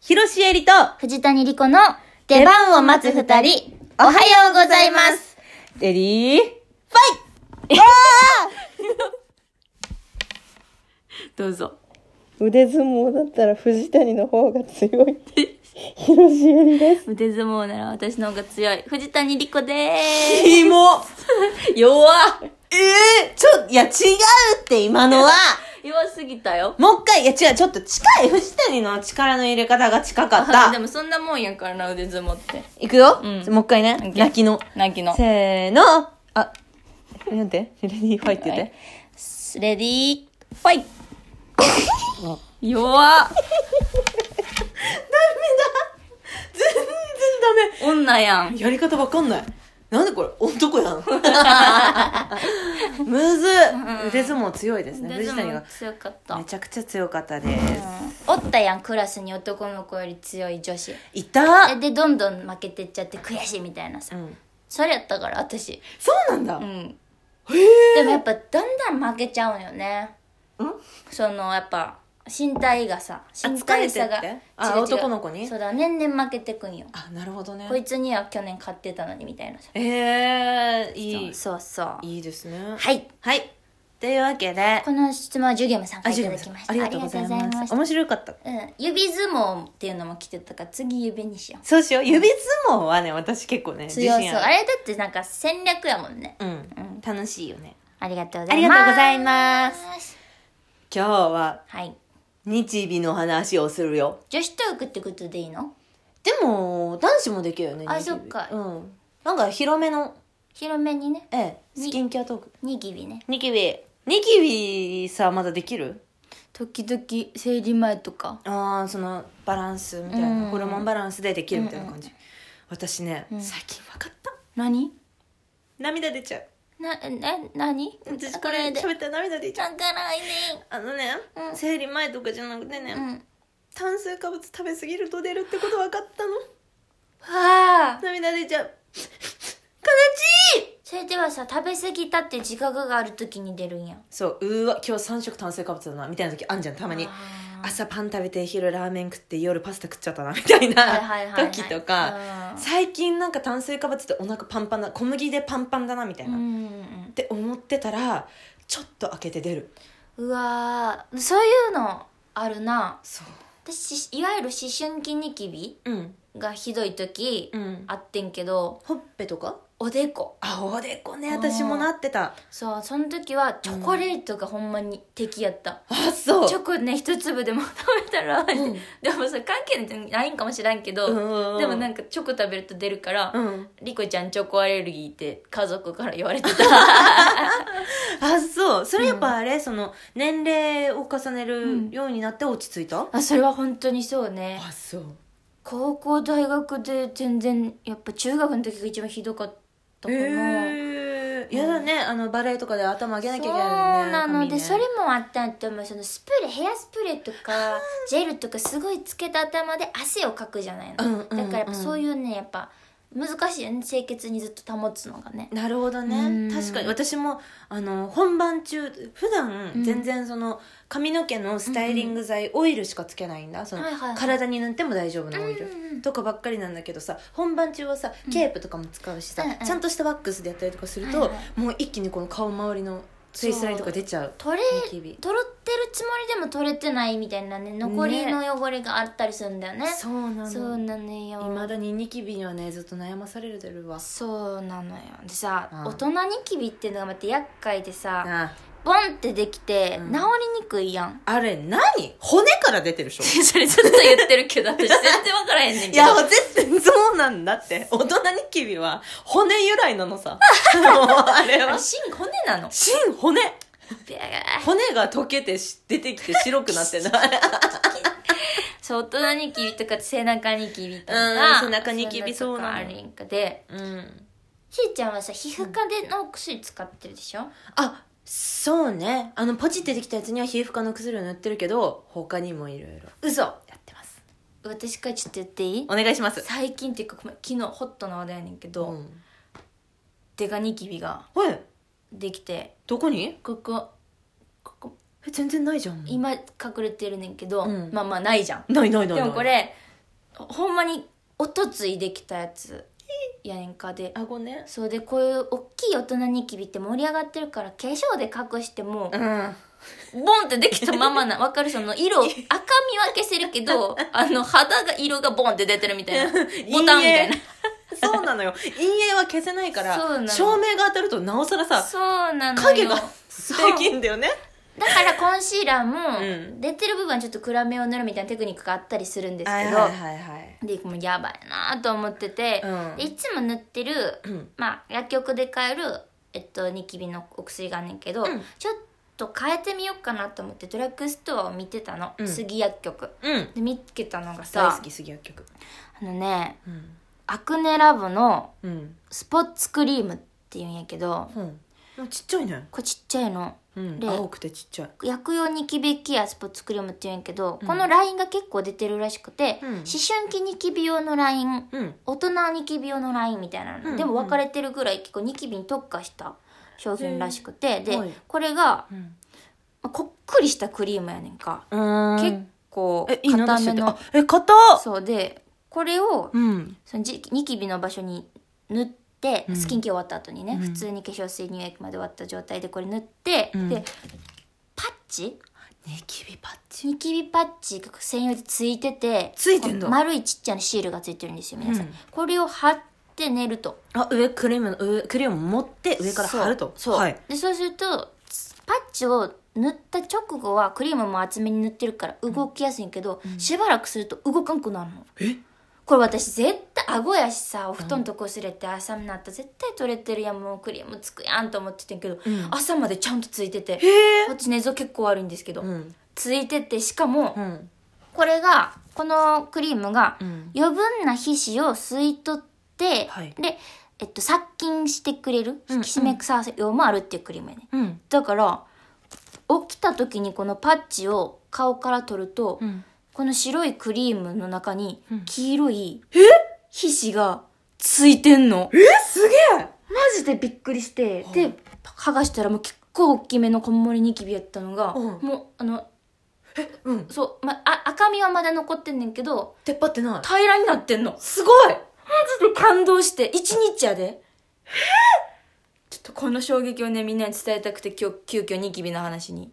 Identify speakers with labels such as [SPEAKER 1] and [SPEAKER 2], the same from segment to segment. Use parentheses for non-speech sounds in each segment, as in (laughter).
[SPEAKER 1] 広ロえりと、
[SPEAKER 2] 藤谷莉子の出番を待つ二人、おはようございます。
[SPEAKER 1] エリー、ファイ
[SPEAKER 2] (laughs)
[SPEAKER 3] どうぞ。
[SPEAKER 4] 腕相撲だったら藤谷の方が強
[SPEAKER 1] (laughs)
[SPEAKER 4] いって。広重絵里です。
[SPEAKER 2] 腕相撲なら私の方が強い。藤谷莉子でー
[SPEAKER 1] キモ
[SPEAKER 2] す。弱
[SPEAKER 1] ええー、ちょ、いや、違うって今のは、
[SPEAKER 2] 弱すぎたよ。
[SPEAKER 1] もう一回、いや違う、ちょっと近い、藤谷の力の入れ方が近かっ
[SPEAKER 2] あで
[SPEAKER 1] た。
[SPEAKER 2] もそんなもんやからな、腕相撲って。
[SPEAKER 1] いくよ、
[SPEAKER 2] うん
[SPEAKER 1] もう一回ね、泣きの。
[SPEAKER 2] 泣きの。
[SPEAKER 1] せーの、あ、なんて、レディーファイって言って。
[SPEAKER 2] レディー、ファイ (laughs) 弱
[SPEAKER 1] 全然ダメ。
[SPEAKER 2] 女やん。
[SPEAKER 1] やり方わかんない。なんでこれ、男や
[SPEAKER 2] (laughs)
[SPEAKER 1] ん。むず、腕相撲強いですね。
[SPEAKER 2] 腕
[SPEAKER 1] 藤
[SPEAKER 2] 相
[SPEAKER 1] 谷
[SPEAKER 2] 撲
[SPEAKER 1] が。
[SPEAKER 2] 強かった
[SPEAKER 1] め。ちゃくちゃ強かったです。
[SPEAKER 2] おったやん、クラスに男の子より強い女子。
[SPEAKER 1] いた
[SPEAKER 2] (laughs) で、でどんどん負けてっちゃって悔しいみたいなさ。
[SPEAKER 1] ん。
[SPEAKER 2] それやったから、私。
[SPEAKER 1] そうなんだ。
[SPEAKER 2] うん。
[SPEAKER 1] へえ。
[SPEAKER 2] でもやっぱだんだん負けちゃうんよねそのやっぱ身体がさ身体差が
[SPEAKER 1] 疲れてってあ
[SPEAKER 2] 違う違う
[SPEAKER 1] 男の子に
[SPEAKER 2] そうだ年々負けてくんよ
[SPEAKER 1] あ、なるほどね
[SPEAKER 2] こ。いつには去年買ってたのにみたいなさ
[SPEAKER 1] ええ、いい。
[SPEAKER 2] そうそう
[SPEAKER 1] いいですね。
[SPEAKER 2] はい
[SPEAKER 1] はい。というわけで、
[SPEAKER 2] この質問はジュゲムさんからい
[SPEAKER 1] ジュ
[SPEAKER 2] た
[SPEAKER 1] ゲム
[SPEAKER 2] だき
[SPEAKER 1] さん
[SPEAKER 2] ました
[SPEAKER 1] ありがとうござい
[SPEAKER 2] ありがと
[SPEAKER 1] ま
[SPEAKER 2] うご
[SPEAKER 1] す。
[SPEAKER 2] ざいま
[SPEAKER 1] 面白かった。
[SPEAKER 2] したうん、指相撲っていうのも来てたから次指にしよ
[SPEAKER 1] そうしよう。指相撲はね、私結構ね、
[SPEAKER 2] う
[SPEAKER 1] 自信
[SPEAKER 2] 強
[SPEAKER 1] あ
[SPEAKER 2] そう
[SPEAKER 1] る。
[SPEAKER 2] あれだってなんか戦略やもんね
[SPEAKER 1] うん。楽しいよね。
[SPEAKER 2] ありがとうご
[SPEAKER 1] あ
[SPEAKER 2] ざい
[SPEAKER 1] り
[SPEAKER 2] ます
[SPEAKER 1] がとうございます。
[SPEAKER 2] す
[SPEAKER 1] 今日は、
[SPEAKER 2] はい
[SPEAKER 1] 日々の話をするよ。
[SPEAKER 2] 女子トークってことでいいの
[SPEAKER 1] でも、男子もできるよね。
[SPEAKER 2] あ
[SPEAKER 1] ニキビ
[SPEAKER 2] そっか
[SPEAKER 1] うん。なんか広めの、
[SPEAKER 2] 広めにね
[SPEAKER 1] ええ、スキンケアトーク。
[SPEAKER 2] ニキビね
[SPEAKER 1] ニキビ。ニキビさ、まだできる
[SPEAKER 2] 時々生理前とか
[SPEAKER 1] ああ、その、バランスみたい
[SPEAKER 2] うん
[SPEAKER 1] な、ホルモンバランスでできるみたいな感じ。私ね、最近分かった。
[SPEAKER 2] 何
[SPEAKER 1] 涙出ちゃう。
[SPEAKER 2] な、な、何
[SPEAKER 1] 私これ
[SPEAKER 2] で。わ
[SPEAKER 1] 喋ったら涙出ちゃう。
[SPEAKER 2] からいね。
[SPEAKER 1] あのね、
[SPEAKER 2] うん
[SPEAKER 1] 生理前とかじゃなくてね、
[SPEAKER 2] うん。
[SPEAKER 1] 炭水化物食べ過ぎると出るってこと分かったの。
[SPEAKER 2] はあ。
[SPEAKER 1] 涙出ちゃう。
[SPEAKER 2] それではさ、食べ過ぎたって自覚がある時に出るんや。
[SPEAKER 1] そう、うーわ、今日3食炭水化物だな、みたいな時あんじゃん、たまに。
[SPEAKER 2] あ
[SPEAKER 1] 朝パン食べて昼ラーメン食って夜パスタ食っちゃったなみたい
[SPEAKER 2] はいはい
[SPEAKER 1] な
[SPEAKER 2] はいはい
[SPEAKER 1] 時とか
[SPEAKER 2] うん
[SPEAKER 1] 最近なんか炭水化物ってお腹パンパンだ小麦でパンパンだなみたい
[SPEAKER 2] ーう
[SPEAKER 1] な、っ
[SPEAKER 2] んうん。
[SPEAKER 1] て思ってたらちょっと開けて出る
[SPEAKER 2] うわーそういうのあるな。
[SPEAKER 1] そ
[SPEAKER 2] 私、いわゆる思春期ニキビ
[SPEAKER 1] ううん
[SPEAKER 2] がひどい時、
[SPEAKER 1] うん
[SPEAKER 2] あってんけど、
[SPEAKER 1] ほっぺとか
[SPEAKER 2] おでこ。
[SPEAKER 1] あおでこね私もなってた
[SPEAKER 2] そう、その時はチョコレートがほんまに敵やった。
[SPEAKER 1] あそう
[SPEAKER 2] チョコね一粒でも (laughs) 食べたら、でもさ関係ないんかもしらんけど、
[SPEAKER 1] うんうんうん
[SPEAKER 2] でもなんかチョコ食べると出るから、
[SPEAKER 1] うん
[SPEAKER 2] リコちゃんチョコアレルギーって家族から言われてた
[SPEAKER 1] あそうそれやっぱあれ、その年齢を重ねるようになって落ち着いた、
[SPEAKER 2] (laughs) あそれは本当にそうね
[SPEAKER 1] あそう
[SPEAKER 2] 高校大学で全然やっぱ中学の時が一番ひどかったかな、
[SPEAKER 1] えー、やだね、あのバレエとかで頭上げなきゃいけないのね
[SPEAKER 2] そうなの
[SPEAKER 1] 髪
[SPEAKER 2] で、
[SPEAKER 1] ね
[SPEAKER 2] それもあったと思うそのスプレーヘアスプレーとかジェルとかすごいつけた頭で汗をかくじゃないの、
[SPEAKER 1] うんうんうん
[SPEAKER 2] だからやっぱそういうねやっぱ難しいよね清潔にずっと保つのがね
[SPEAKER 1] なるほど
[SPEAKER 2] うん
[SPEAKER 1] ね確かに私もあの本番中普段全然その髪の毛のスタイリング剤、オイルしかつけないんだその、
[SPEAKER 2] はいはいはい
[SPEAKER 1] 体に塗っても大丈夫なオイル
[SPEAKER 2] うんうん
[SPEAKER 1] とかばっかりなんだけどさ本番中はさケープとかも使うしさ、
[SPEAKER 2] うんうん
[SPEAKER 1] ちゃんとしたワックスでやったりとかすると、
[SPEAKER 2] はいは
[SPEAKER 1] もう一気にこの顔周りのフェイスラインとか出ちゃう
[SPEAKER 2] 取れ
[SPEAKER 1] ニキビ
[SPEAKER 2] 取ってるつもりでも取れてないみたいなね残りの汚れがあったりするんだよね
[SPEAKER 1] そうな
[SPEAKER 2] そう
[SPEAKER 1] の
[SPEAKER 2] なのよ
[SPEAKER 1] いまだにニキビにはねずっと悩まされてるわ
[SPEAKER 2] そうなのよでさ、
[SPEAKER 1] うん
[SPEAKER 2] 大人ニキビっていうのがまた厄介でさ
[SPEAKER 1] あ
[SPEAKER 2] ボンってできて、
[SPEAKER 1] うん
[SPEAKER 2] 治りにくいやん (laughs)
[SPEAKER 1] あれ何骨から出てるでしょ
[SPEAKER 2] それずっと言ってるけど私全然分からへんねん
[SPEAKER 1] い
[SPEAKER 2] けど
[SPEAKER 1] や、絶対そうなんだって。大人ニキビは骨由来なの (laughs) さ。もうあれは。
[SPEAKER 2] 芯骨なの
[SPEAKER 1] 芯、骨。
[SPEAKER 2] ビャー
[SPEAKER 1] 骨が溶けてし出てきて白くなってない。
[SPEAKER 2] そう大人ニキビとか背中ニキビと
[SPEAKER 1] うん
[SPEAKER 2] か
[SPEAKER 1] 背中ニキビ
[SPEAKER 2] そんとか
[SPEAKER 1] そう
[SPEAKER 2] あ
[SPEAKER 1] なの
[SPEAKER 2] るんかで
[SPEAKER 1] うん。
[SPEAKER 2] ひーちゃんはさ皮膚科でのお薬使ってるでしょ、
[SPEAKER 1] あ、そうね。あの、ポチってできたやつには皮膚科の薬を塗ってるけど、他にもいろいろ
[SPEAKER 2] 嘘
[SPEAKER 1] やってます。
[SPEAKER 2] 私からちょっと言っていい
[SPEAKER 1] お願いします。
[SPEAKER 2] 最近っていうかごめん昨日ホットな話題やねんけど、
[SPEAKER 1] うん。
[SPEAKER 2] デカニキビが
[SPEAKER 1] はい。
[SPEAKER 2] できて
[SPEAKER 1] どこに
[SPEAKER 2] ここここ
[SPEAKER 1] え、全然ないじゃん。
[SPEAKER 2] 今隠れてるねんけど、
[SPEAKER 1] うん
[SPEAKER 2] まあまあないじゃん
[SPEAKER 1] ないないないない。
[SPEAKER 2] でもこ。れほんまにおとついできたやつやねんかで
[SPEAKER 1] 顎ね
[SPEAKER 2] そうでこういう大きい大人ニキビって盛り上がってるから化粧で隠しても
[SPEAKER 1] うん
[SPEAKER 2] ボンってできたまま
[SPEAKER 1] (laughs)
[SPEAKER 2] なわかるその色赤みは消せるけどあの肌が色がボンって出てるみたいな
[SPEAKER 1] (laughs)
[SPEAKER 2] ボタンみたいな
[SPEAKER 1] そうなのよ陰影は消せないか
[SPEAKER 2] そうなの
[SPEAKER 1] ら照明が当たるとなおさらさ
[SPEAKER 2] (laughs) そうなのよ
[SPEAKER 1] 影が
[SPEAKER 2] そう
[SPEAKER 1] できんだよね
[SPEAKER 2] だからコンシーラー
[SPEAKER 1] う
[SPEAKER 2] も
[SPEAKER 1] ん
[SPEAKER 2] 出てる部分はちょっと暗めを塗るみたいなテクニックがあったりするんです
[SPEAKER 1] はい
[SPEAKER 2] け
[SPEAKER 1] はい
[SPEAKER 2] ど、
[SPEAKER 1] はいはい
[SPEAKER 2] でもうやばいなと思ってて、
[SPEAKER 1] うん
[SPEAKER 2] でいつも塗ってる、
[SPEAKER 1] うん
[SPEAKER 2] まあ、薬局で買える、えっと、ニキビのお薬があんねんけど、
[SPEAKER 1] うん
[SPEAKER 2] ちょっと変えてみようかなと思ってドラッグストアを見てたの、
[SPEAKER 1] うん
[SPEAKER 2] 杉薬局
[SPEAKER 1] うん
[SPEAKER 2] で見つけたのが
[SPEAKER 1] 大
[SPEAKER 2] さ
[SPEAKER 1] 好きすぎ薬局
[SPEAKER 2] あのね
[SPEAKER 1] うん
[SPEAKER 2] アクネラボの
[SPEAKER 1] うん
[SPEAKER 2] スポッツクリームっていうんやけど
[SPEAKER 1] うんちっちゃいね
[SPEAKER 2] これちっちゃいの
[SPEAKER 1] うん
[SPEAKER 2] で
[SPEAKER 1] 青くてちっちゃい
[SPEAKER 2] 薬用ニキビケアスポッツクリームっていうんやけど、
[SPEAKER 1] うん
[SPEAKER 2] このラインが結構出てるらしくて、
[SPEAKER 1] うん
[SPEAKER 2] 思春期ニキビ用のライン
[SPEAKER 1] うん
[SPEAKER 2] 大人ニキビ用のラインみたいなの、
[SPEAKER 1] うん
[SPEAKER 2] でも分かれてるぐらい結構ニキビに特化した商品らしくて、で、
[SPEAKER 1] はい
[SPEAKER 2] これが
[SPEAKER 1] うん
[SPEAKER 2] まあこっくりしたクリームやねんか、結
[SPEAKER 1] 結
[SPEAKER 2] 構
[SPEAKER 1] えいいな
[SPEAKER 2] 硬
[SPEAKER 1] 出し
[SPEAKER 2] め
[SPEAKER 1] てて
[SPEAKER 2] の
[SPEAKER 1] あえ硬っ
[SPEAKER 2] そうでこれを
[SPEAKER 1] うん
[SPEAKER 2] そのじニキビの場所に塗って
[SPEAKER 1] うん
[SPEAKER 2] スキンケア終わった後にね、
[SPEAKER 1] うん
[SPEAKER 2] 普通に化粧水乳液まで終わった状態でこれ塗って、
[SPEAKER 1] うん
[SPEAKER 2] でパッチ
[SPEAKER 1] ニキビパッチ
[SPEAKER 2] ニキビパッチが専用でついてて
[SPEAKER 1] ついてんだ
[SPEAKER 2] 丸いちっちゃなシールがついてるんですよ皆さん、
[SPEAKER 1] うん
[SPEAKER 2] これを貼って寝ると
[SPEAKER 1] あ上クリームの上クリーム持って上から貼ると
[SPEAKER 2] そうそう、
[SPEAKER 1] はい
[SPEAKER 2] でそうするとパッチを塗った直後はクリームも厚めに塗ってるから動きやすいんけど、しばらくすると動かんくなるの
[SPEAKER 1] え
[SPEAKER 2] これ私絶対顎やしさお布団とこすれて朝になったら絶対取れてるやんもうクリームつくやんと思っててんけど、
[SPEAKER 1] ん
[SPEAKER 2] 朝までちゃんとついてて
[SPEAKER 1] へえ
[SPEAKER 2] こっち寝相結構悪いんですけど、
[SPEAKER 1] うん
[SPEAKER 2] ついててしかも、
[SPEAKER 1] うん
[SPEAKER 2] これがこのクリームが
[SPEAKER 1] うん
[SPEAKER 2] 余分な皮脂を吸い取って、
[SPEAKER 1] はい
[SPEAKER 2] で、えっと、殺菌してくれる
[SPEAKER 1] うん
[SPEAKER 2] 引き締め作用もあるっていうクリームやね、
[SPEAKER 1] うん
[SPEAKER 2] だから起きた時にこのパッチを顔から取ると、
[SPEAKER 1] うん
[SPEAKER 2] この白いクリームの中に
[SPEAKER 1] うん
[SPEAKER 2] 黄色い
[SPEAKER 1] え
[SPEAKER 2] 皮脂がついてんの、
[SPEAKER 1] えすげえ
[SPEAKER 2] マジでびっくりして、
[SPEAKER 1] はい
[SPEAKER 2] で剥がしたらもう結構大きめのこんもりニキビやったのが、
[SPEAKER 1] うん
[SPEAKER 2] もうあの
[SPEAKER 1] うん
[SPEAKER 2] そう、まあ、赤みはまだ残ってんねんけど
[SPEAKER 1] 出っ張ってない
[SPEAKER 2] 平らになってんの
[SPEAKER 1] すごい
[SPEAKER 2] マジで感動して一日やでちょっとこの衝撃をねみんなに伝えたくて今日急遽ニキビの話に、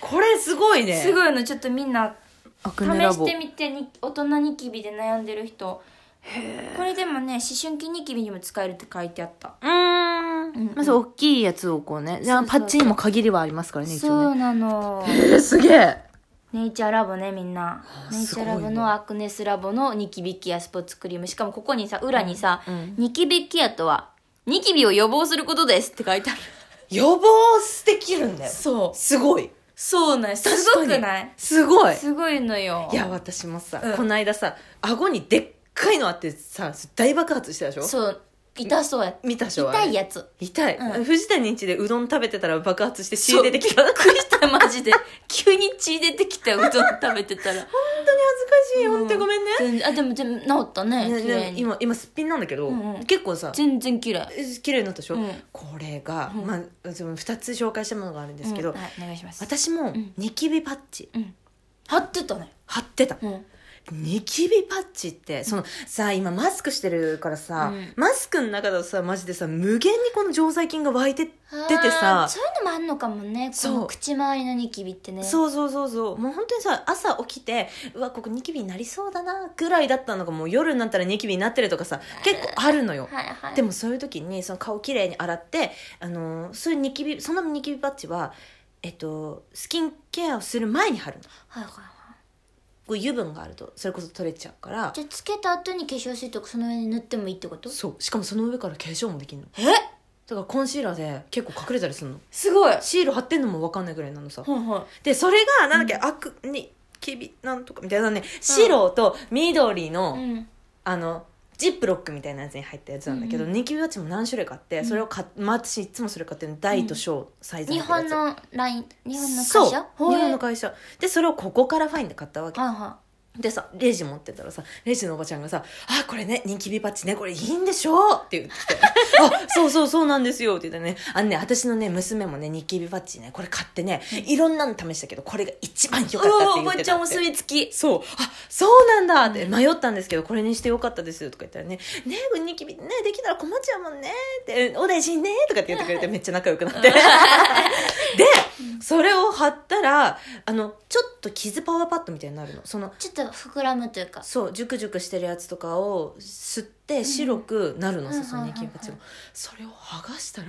[SPEAKER 1] これすごいね
[SPEAKER 2] すごいのちょっとみんな
[SPEAKER 1] アク
[SPEAKER 2] 試
[SPEAKER 1] ネラボ
[SPEAKER 2] してみてに大人ニキビで悩んでる人これでもね思春期ニキビにも使えるって書いてあった
[SPEAKER 1] うー
[SPEAKER 2] うん
[SPEAKER 1] んまず大きいやつをこうねじゃあ
[SPEAKER 2] そうそうそ
[SPEAKER 1] パ
[SPEAKER 2] う
[SPEAKER 1] ッチにも限りはありますからね一
[SPEAKER 2] そ
[SPEAKER 1] 応
[SPEAKER 2] う
[SPEAKER 1] ね (laughs)
[SPEAKER 2] なの
[SPEAKER 1] えーすげえ
[SPEAKER 2] ネイチャーラボねみんなネイチャーラボ
[SPEAKER 1] すごいね
[SPEAKER 2] のアクネスラボのニキビケアスポーツクリームしかもここにさ裏にさ、
[SPEAKER 1] うん
[SPEAKER 2] ニキビケアとはニキビを予防することですって書いてある
[SPEAKER 1] 予防できるんだよ
[SPEAKER 2] そう
[SPEAKER 1] すごい
[SPEAKER 2] そうなんすごくない
[SPEAKER 1] すごい
[SPEAKER 2] すごいのよ
[SPEAKER 1] いや私もさ、
[SPEAKER 2] うん
[SPEAKER 1] この間さ顎にでっかいのあってさ大爆発したでしょ
[SPEAKER 2] そう痛そうや
[SPEAKER 1] 見たでしょあ
[SPEAKER 2] 痛
[SPEAKER 1] れ
[SPEAKER 2] いやつ
[SPEAKER 1] 痛い、
[SPEAKER 2] うん
[SPEAKER 1] 藤谷んちでうどん食べてたら爆発して血出てきた
[SPEAKER 2] びっくりしたマジで (laughs) 急に血出てきたうどん食べて
[SPEAKER 1] (laughs)
[SPEAKER 2] たら
[SPEAKER 1] 恥ずかしい、
[SPEAKER 2] うん
[SPEAKER 1] ほんとごめんね
[SPEAKER 2] 全然あでも全部治ったね
[SPEAKER 1] ね
[SPEAKER 2] 綺麗
[SPEAKER 1] ね
[SPEAKER 2] に
[SPEAKER 1] 今今すっぴんなんだけど、
[SPEAKER 2] うんうん
[SPEAKER 1] 結構さ
[SPEAKER 2] 全然綺麗
[SPEAKER 1] え綺麗になったでしょ、
[SPEAKER 2] うん
[SPEAKER 1] これが、
[SPEAKER 2] うん
[SPEAKER 1] まあ、その2つ紹介したものがあるんですけど、
[SPEAKER 2] うんはいお願いします
[SPEAKER 1] 私も
[SPEAKER 2] ん
[SPEAKER 1] ニキビパッチ
[SPEAKER 2] うん張ってたね
[SPEAKER 1] 貼ってた、
[SPEAKER 2] うん
[SPEAKER 1] ニキビパッチってそのさ今マスクしてるからさ、
[SPEAKER 2] うん
[SPEAKER 1] マスクの中だとさマジでさ無限にこの常在菌が湧いてって出て
[SPEAKER 2] あー
[SPEAKER 1] さ
[SPEAKER 2] そういうのもあんのかもねこ
[SPEAKER 1] そう
[SPEAKER 2] の口周りのニキビってね
[SPEAKER 1] そうそうそうそうもう本当にさ朝起きてうわここニキビになりそうだなぐらいだったのがもう夜になったらニキビになってるとかさ結構あるのよ、
[SPEAKER 2] はいはい
[SPEAKER 1] でもそういう時にその顔きれいに洗ってあのーそういうニキビそのニキビパッチはえっとスキンケアをする前に貼るの
[SPEAKER 2] はいはいはい
[SPEAKER 1] こう油分があるとそれこそ取れちゃうから
[SPEAKER 2] じゃあつけた後に化粧水とかその上に塗ってもいいってこと
[SPEAKER 1] そうしかもその上から化粧もできるの
[SPEAKER 2] え
[SPEAKER 1] だからコンシーラーで結構隠れたりするの
[SPEAKER 2] すごいはい
[SPEAKER 1] シール貼ってんのも分かんないぐらいなのさ
[SPEAKER 2] は
[SPEAKER 1] でそれがなんだっけ、あくにきびなんとかみたいなね白と緑の、
[SPEAKER 2] いうん
[SPEAKER 1] あのジップロックみたいなやつに入ったやつなんだけど、
[SPEAKER 2] う
[SPEAKER 1] ニキビバッチも何種類かあって、
[SPEAKER 2] ん
[SPEAKER 1] それを買っまあ、私いつもそれ買ってるの大と小サイズ
[SPEAKER 2] 日
[SPEAKER 1] 入ってるや
[SPEAKER 2] 本
[SPEAKER 1] つ
[SPEAKER 2] のライン日本の会社
[SPEAKER 1] そう日
[SPEAKER 2] へー
[SPEAKER 1] 本の会社でそれをここからファインで買ったわけ
[SPEAKER 2] はいは
[SPEAKER 1] でさレジ持ってたらさレジのおばちゃんがさ「あこれね人気ビバッチねこれいいんでしょ?」って言って
[SPEAKER 2] (laughs)
[SPEAKER 1] きて「あそうそうそうなんですよ」って言ってねあのね私のね娘もね人気ビバッチねこれ買ってねいろんなの試したけどこれが一番良かったって
[SPEAKER 2] お
[SPEAKER 1] 言
[SPEAKER 2] ば
[SPEAKER 1] って
[SPEAKER 2] ち
[SPEAKER 1] た
[SPEAKER 2] ゃん
[SPEAKER 1] っ
[SPEAKER 2] も
[SPEAKER 1] て
[SPEAKER 2] 住みつき
[SPEAKER 1] そうあそうなんだって迷ったんですけどこれにしてよかったですよとか言ったらね「ねえニキビねできたら困っちゃうもんね」って「お大事にね」とかって言ってくれてめっちゃ仲良くな
[SPEAKER 2] (laughs)
[SPEAKER 1] ってでそれを貼ったらあのちょっと傷パワーパッドみたいになるのその
[SPEAKER 2] ちょっと膨らむというか
[SPEAKER 1] そうジュクジュクしてるやつとかを吸って白くなるの
[SPEAKER 2] うん
[SPEAKER 1] さそのニキビ
[SPEAKER 2] はいは
[SPEAKER 1] パ
[SPEAKER 2] いはい
[SPEAKER 1] チがそれを剥がしたら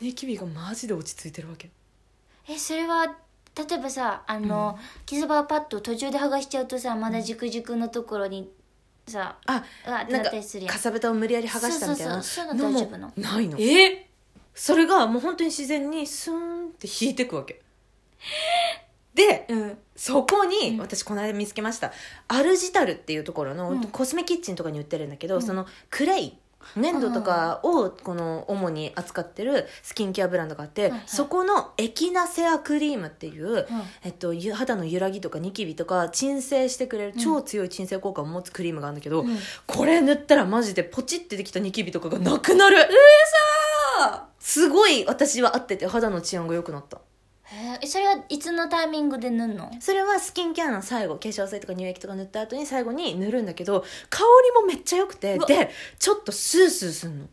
[SPEAKER 1] ニキビがマジで落ち着いてるわけ
[SPEAKER 2] えそれは例えばさあの、傷ばパッと途中で剥がしちゃうとさまだじくじくのところにさ
[SPEAKER 1] あ
[SPEAKER 2] うわって
[SPEAKER 1] な
[SPEAKER 2] なんっ
[SPEAKER 1] か
[SPEAKER 2] たりするやん
[SPEAKER 1] かさぶたを無理やり剥がしたみたいな
[SPEAKER 2] そうそうそうそういうの大丈夫なの
[SPEAKER 1] のもないのえそれがもう本当に自然にスーンって引いてくわけで
[SPEAKER 2] うん
[SPEAKER 1] そこに
[SPEAKER 2] うん
[SPEAKER 1] 私この間見つけました、アルジタルっていうところの、
[SPEAKER 2] うん
[SPEAKER 1] コスメキッチンとかに売ってるんだけど、
[SPEAKER 2] うん
[SPEAKER 1] そのクレイ粘土とかをこの主に扱ってるスキンケアブランドがあって、
[SPEAKER 2] はいはい
[SPEAKER 1] そこのエキナセアクリームっていう、
[SPEAKER 2] うん
[SPEAKER 1] えっと、ゆ肌の揺らぎとかニキビとか鎮静してくれる
[SPEAKER 2] うん
[SPEAKER 1] 超強い鎮静効果を持つクリームがあるんだけど、
[SPEAKER 2] うん
[SPEAKER 1] これ塗ったらマジでポチってできたニキビとかがなくなるうすごい私は合ってて肌の治安が良くなった
[SPEAKER 2] へえそれはいつのタイミングで塗んの
[SPEAKER 1] それはスキンケアの最後化粧水とか乳液とか塗った後に最後に塗るんだけど香りもめっちゃ良くて
[SPEAKER 2] うわ
[SPEAKER 1] でちょっとスースーすんの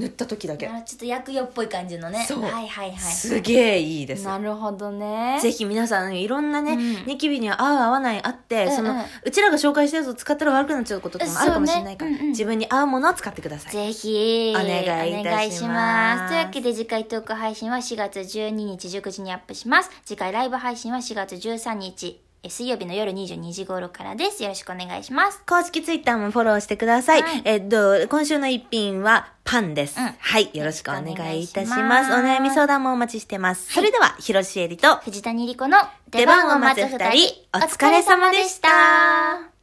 [SPEAKER 1] 塗った時だけ
[SPEAKER 2] あちょっと薬用っぽい感じのね
[SPEAKER 1] そう
[SPEAKER 2] はいはいはい
[SPEAKER 1] すげえいいです
[SPEAKER 2] なるほどね
[SPEAKER 1] ぜひ皆さんいろんなね、
[SPEAKER 2] うん
[SPEAKER 1] ニキビには合う合わないあって、
[SPEAKER 2] うんうん
[SPEAKER 1] そのうちらが紹介したやつを使ったら悪くなっちゃうこととかもあるかもしれないから、
[SPEAKER 2] そうねうんうん
[SPEAKER 1] 自分に合うものを使ってください
[SPEAKER 2] ぜひ
[SPEAKER 1] お願いいたします
[SPEAKER 2] お願いしますというわけで次回トーク配信は4月12日19時にアップします次回ライブ配信は4月13日え水曜日の夜22時頃からですよろしくお願いします
[SPEAKER 1] 公式ツイッターもフォローしてください。
[SPEAKER 2] はい
[SPEAKER 1] えっと、今週の一品はパンです。
[SPEAKER 2] うん
[SPEAKER 1] はい。よろしくお願いいたします。お
[SPEAKER 2] よろしくお願いします
[SPEAKER 1] 悩み相談もお待ちしてます。それでは、広瀬えりと、
[SPEAKER 2] 藤谷莉子の
[SPEAKER 1] 出番を待つ二人お疲れ様でした